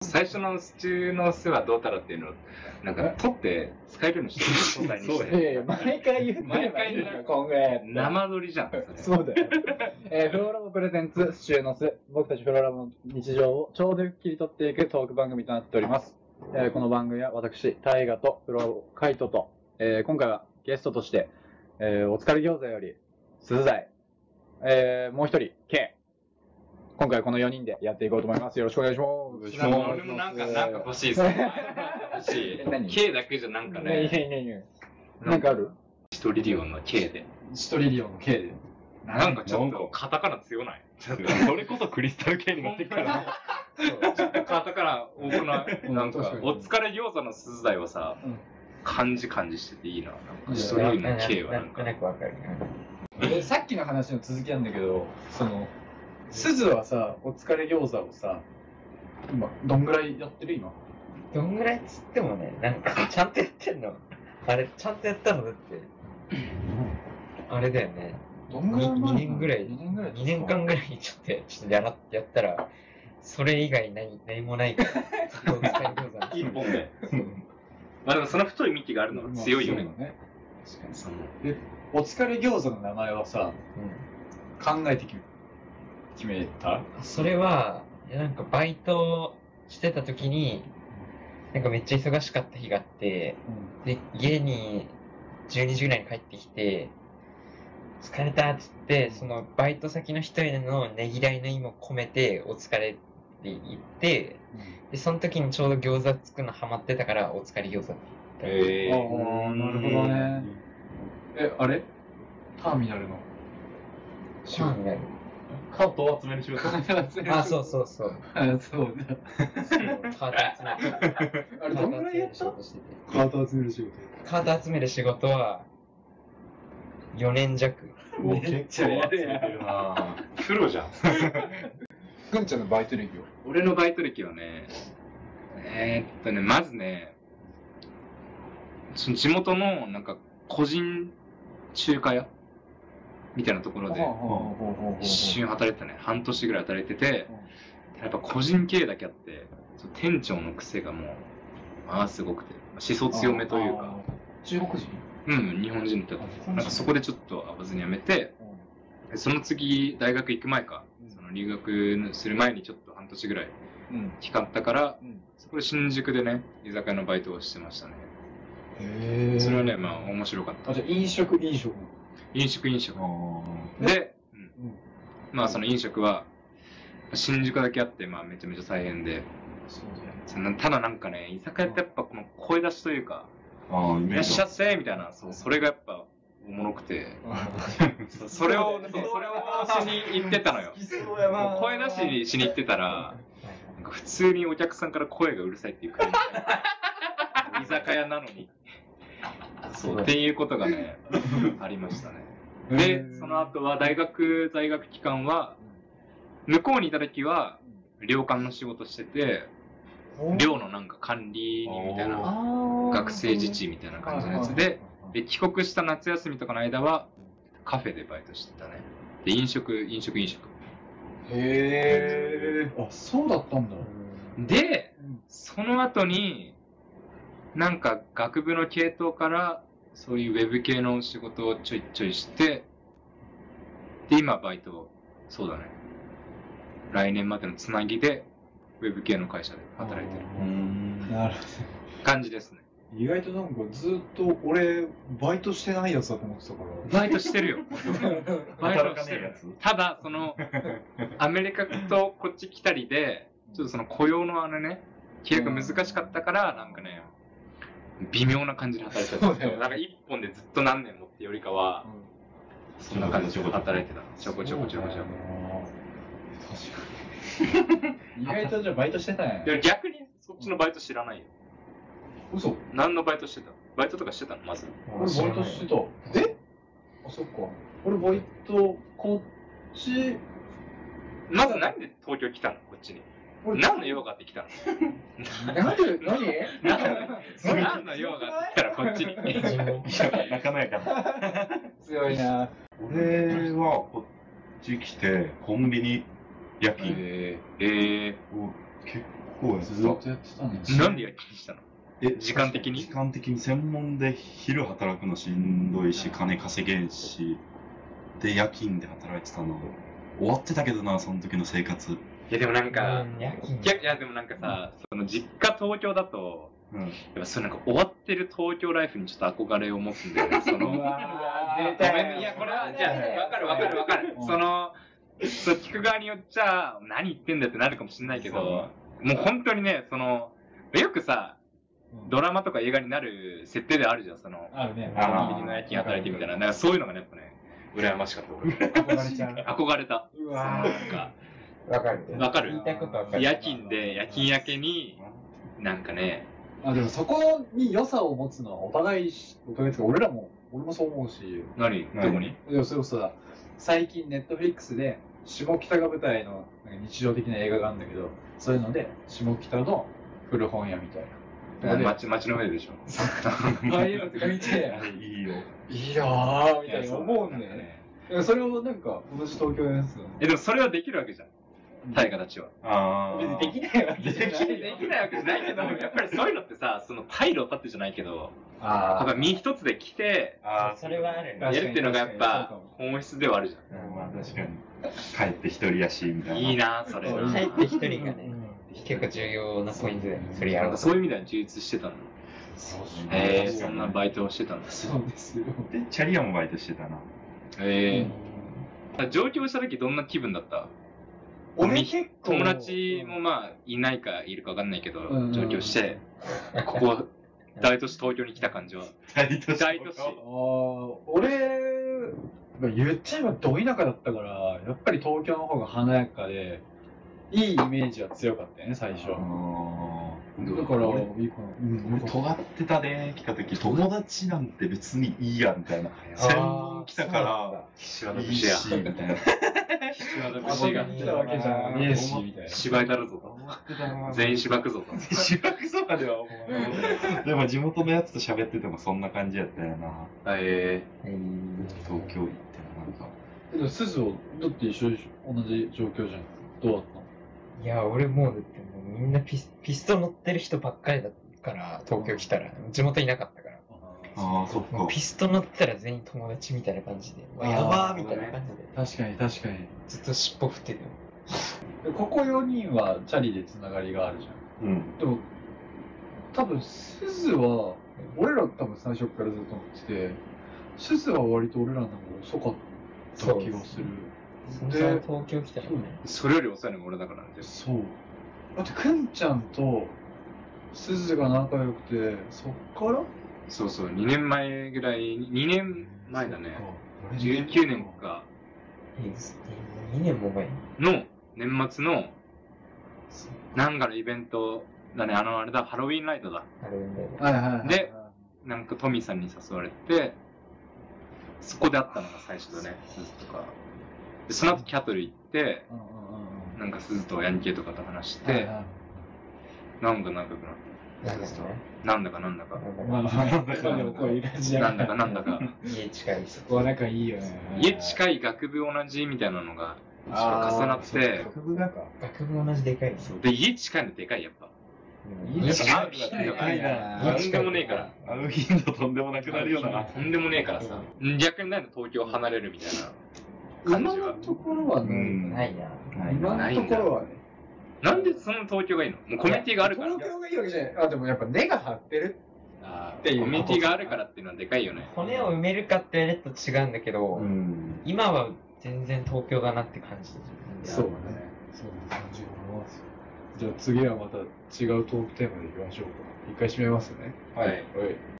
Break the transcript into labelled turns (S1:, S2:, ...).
S1: 最初のスチューの巣はどうたらっていうのを、なんか、取って使えるようにしてる状態にし
S2: え
S1: て。
S2: え毎回言ってればいい
S1: 毎
S2: よ、
S1: 回
S2: こんぐらいやって
S1: 生撮りじゃん、それ。
S2: そうだよ。えー、フローラボプレゼンツ、週の巣。僕たちフローラボの日常をちょうど切り取っていくトーク番組となっております。えーこの番組は私、大河とフローラボカイトと、えー今回はゲストとして、えーお疲れ餃子より、鈴材、えーもう一人、K。今回この4人でやっていこうと思います。よろしくお願いします。
S1: なんか俺もなんか、なんか欲しいっす。欲しい。
S2: 何
S1: K だけじゃなんか
S2: ねえ
S1: ね、
S2: ねえねえなんかある
S1: 一人リオンの K で。
S3: シトリリオンの K で。
S1: なんかちょっと、カタカナ強ない。
S4: ちょっとそれこそクリスタル系に持ってくから。
S1: ちょっとカタカナ多くない
S3: うん
S1: なんか
S3: 確か、に
S1: お疲れ餃子の鈴代はさ
S3: うん、
S1: 感じ感じしてていいな。なんか、一人
S3: いや
S1: の K はなんか、
S5: くわかる。
S3: えさっきの話の続きなんだけど、その、すずはさ、お疲れ餃子をさ、今、どんぐらいやってる今。
S5: どんぐらいつってもね、なんか、ちゃんとやってんのあれ、ちゃんとやったのだって。あれだよね。
S3: どんぐらい
S5: 2年ぐらい、
S3: 2年ぐらい。
S5: 2年間ぐらいちょっと、ちょっとやら、やったら、それ以外何、何もないから、ちょっとお疲れ餃子
S1: 一本 で。まあでもその太い幹があるのは強いよね。
S3: そうだね。確かに。
S1: その
S3: お疲れ餃子の名前はさ、
S5: うん
S3: 考えて決め決めた
S5: それは、いやなんかバイトしてた時に、なんかめっちゃ忙しかった日があって、
S3: うん。
S5: で、家に12時ぐらいに帰ってきて、疲れたっつって、そのバイト先の人へのねぎらいの意も込めて、お疲れって言って、で、その時にちょうど餃子作るのハマってたから、お疲れ餃子って言った。
S1: えー
S3: ああ、なるほどね。え、あれターミナルの。
S5: ショーに なる。
S4: カートを集める仕事。
S5: あ、そうそうそう。
S3: あ、そうだ。
S5: カート集める。
S3: あれ、 どんぐらいやった
S5: カート集める仕事してて
S3: カート集める仕事。
S5: カート集める仕事は、4年弱。
S4: もう結構集めてるな
S1: プロじゃん。
S3: くんちゃんのバイト歴を。
S1: 俺のバイト歴はね、えーっとね、まずね、その地元のなんか個人中華屋みたいなところで一瞬働いてたね。半年ぐらい働いてて、やっぱ個人経営だけあって、その店長の癖がもう、まあすごくて、思想強めというか、
S3: 中国人
S1: うん、日本人だった。なんかそこでちょっと会わずに辞めて、でその次大学行く前か、その留学する前にちょっと半年ぐらい
S3: うん。
S1: 期間あったから、
S3: うん
S1: そこで新宿でね、居酒屋のバイトをしてましたね。
S3: へえ。
S1: それはね、まあ面白かった
S3: あ、。じゃあ飲食、飲食。
S1: 飲食飲食。
S4: ぁ。
S1: で、うん
S3: うん
S1: まあその飲食は、新宿だけあって、まあめちゃめちゃ大変で、
S3: そう
S1: そのただなんかね、居酒屋ってやっぱこの声出しというか、
S4: ああ、
S1: い
S4: イメ
S1: らっ
S4: ー
S1: し
S4: ジ
S1: ゃ。っせみたいな、そう、それがやっぱおもろくて、そうそれを、そうそれをしに行ってたの よ。
S5: そうや
S1: もう声出しにしに行ってたら、なんか普通にお客さんから声がうるさいっていうか、 居酒屋なのに。そう、っていうことが ね、ありましたね。で、その後は大学在学期間は、向こうにいた時は、寮館の仕事してて、寮のなんか管理人みたいな、学生自治みたいな感じのやつで、で、帰国した夏休みとかの間は、カフェでバイトしてたね。で、飲食、飲食、飲食。
S3: へえ。あ、そうだったんだ。
S1: で、その後に、なんか学部の系統から、そういうウェブ系の仕事をちょいちょいして、で、今バイト、そうだね。来年までのつなぎで、ウェブ系の会社で働いてる
S4: うーん。
S3: なる
S1: 感じですね。
S3: 意外となんかずっと俺、バイトしてないやつだと思ってたか
S1: バイトしてるよ。 バイ
S4: 働
S1: ト
S4: か
S1: して
S4: ねえや
S1: る。
S4: つ。
S1: ただ、その、アメリカとこっち来たりで、ちょっとその雇用のあのね、契約難しかったから、なんかね、微妙な感じで働いてた
S3: そうだよね
S1: なんか一本でずっと何年もってよりかは、そんな感じで働いてた。ちょこちょこちょこちょこ。
S3: ら。意外とじゃあバイトしてたんや
S1: いや逆にそっちのバイト知らないよ。
S3: 嘘
S1: 何のバイトしてたバイトとかしてたのまず。
S3: 俺バイトしてた。えあ、そっか。俺バイト、こっち、
S1: まず何で東京来たのこっちに。
S3: 俺
S1: 何の用があって来たの
S3: なんで、何
S1: 何の用があって来たらこっちに。
S4: 泣かないから。
S3: 強いな。
S4: 俺は、こっち来て、コンビニ夜勤
S1: えー、え
S4: を結構やって。
S3: ずったとやってたんだ。
S1: なんで夜勤したの
S4: え
S1: 時間的に
S4: 時間的に専門で昼働くのしんどいし、金稼げんし、で、夜勤で働いてたの。終わってたけどな、その時の生活。
S1: いやでもなんか、
S5: うん
S1: いやいやでもなんかさ、その実家東京だと、
S4: うん。
S1: やっぱそのなんか終わってる東京ライフにちょっと憧れを持つんだよね。その、
S3: う
S1: ご
S3: わー
S1: め
S3: 出た
S1: んね、いやこれは、じゃあ、わかるわかるわかる。
S3: うん
S1: その、そう聞く側によっちゃ、何言ってんだってなるかもしれないけど、もう本当にね、その、よくさ、ドラマとか映画になる設定であるじゃん、その、
S3: あるね。
S4: あー
S1: コンビニの夜勤働いてみたいな。なんかそういうのがね、やっぱね、羨ましかった俺。
S3: 憧れちゃう。
S1: 憧れた。
S3: う
S1: なん
S3: わ
S1: か、
S5: わかる。
S1: わかる
S5: 言いたいことわかる。
S1: 夜勤で、夜勤明けに、なんかね、
S3: あでもそこに良さを持つのはお互いし、お互いですか俺らも、俺もそう思うし、
S1: 何
S4: 何
S1: どこに
S3: でもそれこそだ、最近ネットフリックスで、下北が舞台のなんか日常的な映画があるんだけど、そういうので、下北の古本屋みたいな。とこ
S1: 街街の上でしょ。
S3: でああいうのとか見て、
S4: あれいいよ。
S3: いいなぁ、みた
S1: いや
S3: いな
S1: そう
S3: 思うんだよね。だからそれをなんか、同じ東京のやつ
S1: え、でもそれはできるわけじゃん。大河たちは。
S4: ああ。
S3: 別にできないわけじゃない。
S1: できないわけじゃないけど、やっぱりそういうのってさ、その退路を立ってじゃないけど、やっ
S3: あ
S1: ぱ身一つで来て、
S4: ああ、
S5: それはあ
S1: や
S3: 確
S5: るね。
S3: かに
S1: るっていうのがやっ
S3: 確か
S1: ぱ
S3: に
S1: 本質ではあるじ
S4: うんまあ確かに。帰って一人やし、み
S1: ゃ
S4: た
S1: ん。
S4: いな。
S1: いいなそれ。
S3: そう
S5: 入って一人が
S3: あ。
S5: ね、結構重要なポイントだよね。それや
S1: な
S5: ろ
S1: ん
S5: う
S1: か
S5: と。
S1: そういう意味では充実してたの。
S4: そうですね
S1: へえ、そんなバイトをしてたんです。
S3: そうですよ。
S4: で、チャリアもバイトしてたな。
S1: へえ。上京した時どんな気分だった
S3: 俺結構
S1: 友達もまあ、いないかいるかわかんないけど
S3: うん、
S1: 上京して、ここ、大都市東京に来た感じは。
S4: 大都市。
S1: 大都市
S3: あー俺、まあ言っちゃえばど田舎だったから、やっぱり東京の方が華やかで、いいイメージは強かったよね、最初。
S4: あ
S3: だから、
S4: ー
S3: いいかな。うん、
S4: 尖ってたね来た時友達なんて別にいいやみたいな専門来たか
S1: 岸和田
S4: らいい
S1: 節や。
S4: しみたいな
S1: 岸和田
S3: あ、そ
S1: 節
S3: う
S1: が。
S3: 来たわけじゃねえし、みたいな。
S1: 芝居だるぞと。全員芝くぞと。
S4: 芝くそばでは思う でも地元のやつと喋っててもそんな感じやったよな
S1: え
S5: うん
S4: 東京行ってもなんか
S3: でも、鈴を、だって一緒でしょ同じ状況じゃん。どうだっ
S5: いや、俺もう、だってもうみんなピスピスト乗ってる人ばっかりだから、東京来たら。地元いなかったから。
S3: たの
S4: ああそっ
S5: もう
S4: か
S5: ピスト乗ってたら全員友達みたいな感じで。
S3: あー
S5: やばーみたいな感じで。
S3: 確かに、確かに。
S5: ずっと尻尾振ってて。
S3: でここ4人はチャリでつながりがあるじゃん。
S4: うん
S3: でも、多分、すずは、俺ら多分最初からずっと思ってて、すずは割と俺らの方が遅かった気がする。
S5: そもそも東京来たらね。
S1: え。それより遅いのが俺だからね。
S3: そう。だって、くんちゃんと、すずが仲良くて、そっから
S1: そうそう、2年前ぐらい、2年前だね。
S3: そっか
S1: 19年か
S5: 2年も前。
S1: の年末の、なんかのイベントだね、あのあれだ、ハロウィンライトだ。
S5: あるんだよ。
S3: はいはいはい。
S1: で、なんかトミーさんに誘われて、そこで会ったのが最初だね、鈴とか。で、その後キャトル行って、
S3: うんうんうんうん。
S1: なんか鈴とヤニ系とかと話し
S3: はい
S1: て、
S3: はい
S1: なんか仲良くなっ
S5: なんだっけな
S1: た。なんだかなんだか。
S3: まあまあ、なんだかんだこういう感じだ
S1: なんだかなんだか。
S5: 家近い
S3: そこは仲いいよね。
S1: 家近い学部同じみたいなのが重なって、
S4: 部だか
S5: 学部も同じでかいですよ。
S1: で、家近いのでかい、やっぱ。
S5: うん
S4: 家
S5: 家
S4: 近
S5: 近
S4: い
S5: い。
S4: でかいな
S1: とんでもねえから。
S4: 会う頻度とんでもなくなるよな
S1: とんでもねえからさ。逆にないの東京離れるみたいな感
S3: 今
S1: じは
S3: の。ところは
S4: う
S3: ね、
S4: ん
S5: ないな。
S3: 今のところはね、
S1: なんでその東京がいいのもうコミュニティがあるから。
S3: 東京がいいわけじゃない。あ、でもやっぱ根が張ってる。
S1: あー
S3: っていう
S1: コミュニティがあるからっていうのはでかいよね。
S5: 骨を埋めるかって言われると違うんだけど、
S4: うん
S5: 今は全然東京だなって感じ。
S3: そうだね。そうだね。じゃあ次はまた違うトークテーマでいきましょうか。一回締めますね。
S1: はい。
S3: はい。